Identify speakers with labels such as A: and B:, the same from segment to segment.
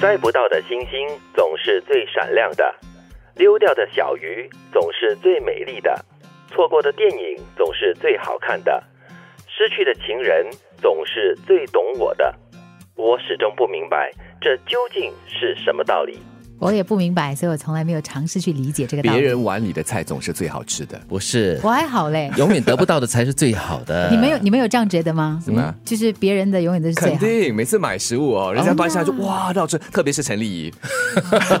A: 摘不到的星星总是最闪亮的，溜掉的小鱼总是最美丽的，错过的电影总是最好看的，失去的情人总是最懂我的。我始终不明白这究竟是什么道理。
B: 我也不明白，所以我从来没有尝试去理解这个道
C: 别
B: 理。
C: 人碗里的菜总是最好吃的，
D: 不是
B: 我，还好嘞，
C: 嗯
D: 永远得不到的才是最好的。
B: 你们有你们有这样觉得吗？
C: 怎么样
B: 嗯就是别人的永远都是最
C: 肯
B: 好的。
C: 定每次买食物哦，人家端下就、哇，好吃，特别是陈丽 仪，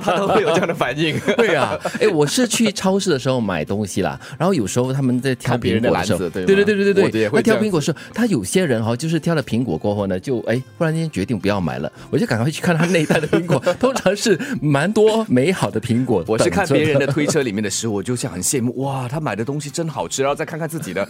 C: 她都会有这样的反应。
D: 对啊，哎，我是去超市的时候买东西啦，然后有时候他们在挑
C: 看别
D: 苹
C: 人的
D: 果的时候，
C: 篮子对吗
D: 对对对对
C: 我
D: 对
C: 的也
D: 对，
C: 会
D: 那
C: 这
D: 挑
C: 样子
D: 苹果是，他有些人哈、哦，就是挑了苹果过后呢，就哎，忽然间决定不要买了，我就赶快去看他那一袋的苹果，通常是蛮多美好的苹果，
C: 我是看别人
D: 的。
C: 的推车里面的食物，我就是很羡慕哇，他买的东西真好吃，然后再看看自己的，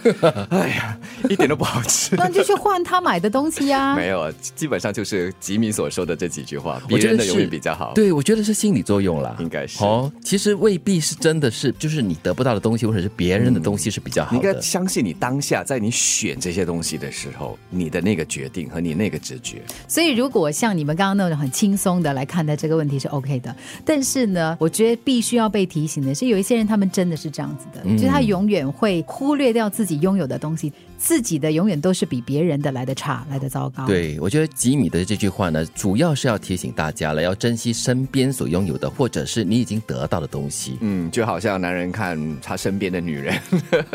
C: 哎呀，一点都不好吃。
B: 那就去换他买的东西呀、
C: 没有，啊，基本上就是吉米所说的这几句话，别
D: 我觉
C: 人
D: 得
C: 的
D: 是
C: 永远比较好。
D: 对，我觉得是心理作用啦，
C: 应该是
D: 哦。其实未必是真的是，就是你得不到的东西，或者是别人的东西是比较
C: 你
D: 好
C: 应
D: 的。
C: 该相信你当下在你选这些东西的时候，你的那个决定和你那个直觉。
B: 所以如果像你们刚刚那种很轻松的来看待这个问题是 OK 的，但是呢，我觉得必须要被提醒的是，有一些人他们真的是这样子
C: 嗯
B: 的，就是他永远会忽略掉自己拥有的东西，自己的永远都是比别人的来的差，来的糟糕。。
D: 对，我觉得吉米的这句话呢，主要是要提醒大家了，要珍惜身边所拥有的，或者是你已经得到的东西。
C: 嗯，就好像男人看他身边的 女人，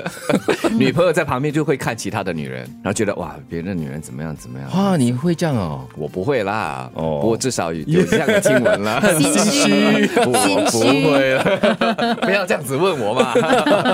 C: 女朋友在旁边就会看其他的女人，然后觉得哇，别人的女人怎么样怎么样。
D: 哇，你会这样哦？
C: 我不会啦，
D: 哦
C: 哦，不过至少有这样的听闻啦。
B: 心虚
C: 我不会了， 不要这样子问我嘛。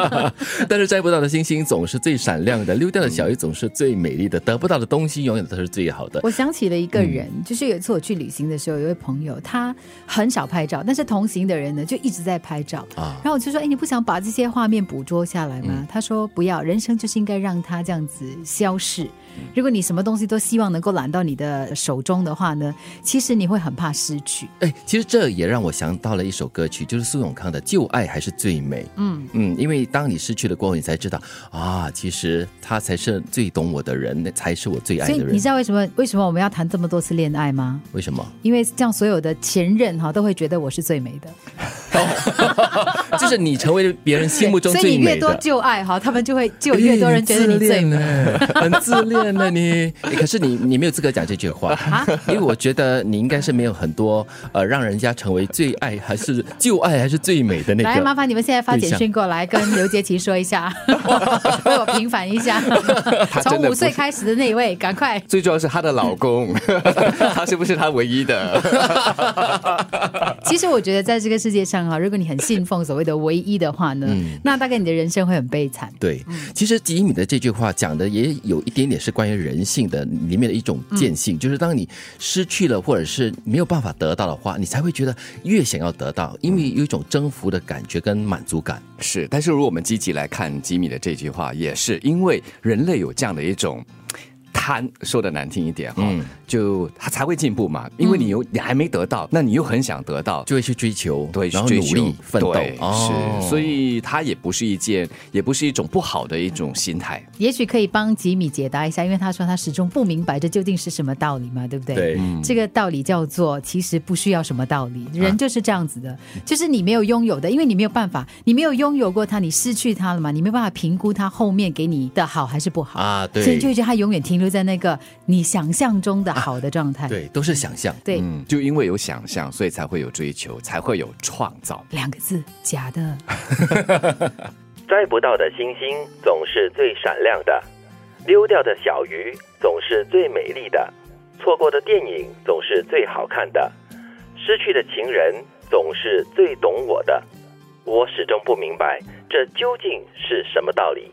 D: 但是摘不到的星星总是最闪亮的，溜掉的小鱼总是最美丽的，得不到的东西永远都是最好的。
B: 我想起了一个人，
D: 嗯
B: 就是有一次我去旅行的时候，有一位朋友，他很少拍照，但是同行的人呢就一直在拍照。
D: 啊嗯
B: 然后我就说：“哎，你不想把这些画面捕捉下来吗？”他说：“不要，人生就是应该让它这样子消逝。
D: 嗯
B: 如果你什么东西都希望能够揽到你的手中的话呢，其实你会很怕失去。
D: 哎，其实这也让我想到了一首歌曲，就是苏永康的《旧爱还是最美》。嗯嗯，因为当你失去了过后，你才知道啊，其实他才是最懂我的人，那才是我最爱
B: 所以
D: 的人
B: 你。知道为什么为什么我们要谈这么多次恋爱吗？
D: 为什么？
B: 因为这样所有的前任哈都会觉得我是最美的。”
D: 就是你成为了别人心目中
B: 所以
D: 最
B: 你越
D: 美
B: 多
D: 的。
B: 旧爱哈，他们就会就有越多人觉得你最美。
D: 哎你自恋呢，很自恋呢你。 哎可是你你没有资格讲这句话，
B: 啊
D: 因为我觉得你应该是没有很多呃，让人家成为最爱还是旧爱还是最美的那
B: 来，麻
D: 个。
B: 烦你们现在发
D: 对
B: 简
D: 象
B: 讯过来，跟刘杰奇说一下， 为我平反一下。从
C: 真的
B: 五
C: 不是
B: 岁开始的那一位，赶快。
C: 最重要是她的老公， 他是不是她唯一的？
B: 其实我觉得，在这个世界上啊哈，如果你很信奉所谓的唯一的话呢，那大概你的人生会很悲惨。
D: 对，其实吉米的这句话讲的也有一点点是关于人性的里面的一种见
B: 嗯
D: 性，就是当你失去了或者是没有办法得到的话，你才会觉得越想要得到，因为有一种征服的感觉跟满足感。
C: 是，但是如果我们积极来看吉米的这句话，也是因为人类有这样的一种。贪说的难听一点哈、
D: 嗯
C: 就他才会进步嘛，因为你有你还没得到，那你又很想得到，
D: 就会去追求，
C: 对，
D: 然后
C: 追
D: 努
C: 求
D: 力奋斗
C: 对，
D: 哦
C: 是，所以它也不是一件，也不是一种不好的一种心态。
B: 也许可以帮吉米解答一下，因为他说他始终不明白这究竟是什么道理嘛，对不对？
D: 对
B: 这个道理叫做其实不需要什么道理，人就是这样子的，就是你没有拥有的，因为你没有办法，你没有拥有过它，你失去它了嘛，你没有办法评估它后面给你的好还是不好。
D: 啊，对，啊
B: 所以你就会觉得它永远停留在那个你想象中的好的状态。
D: 对，都是想象。
B: 对
C: 嗯，就因为有想象，所以才会有追求，才会有创造。
B: 两个字，假的。
A: 摘不到的星星总是最闪亮的，溜掉的小鱼总是最美丽的，错过的电影总是最好看的，失去的情人总是最懂我的。我始终不明白这究竟是什么道理。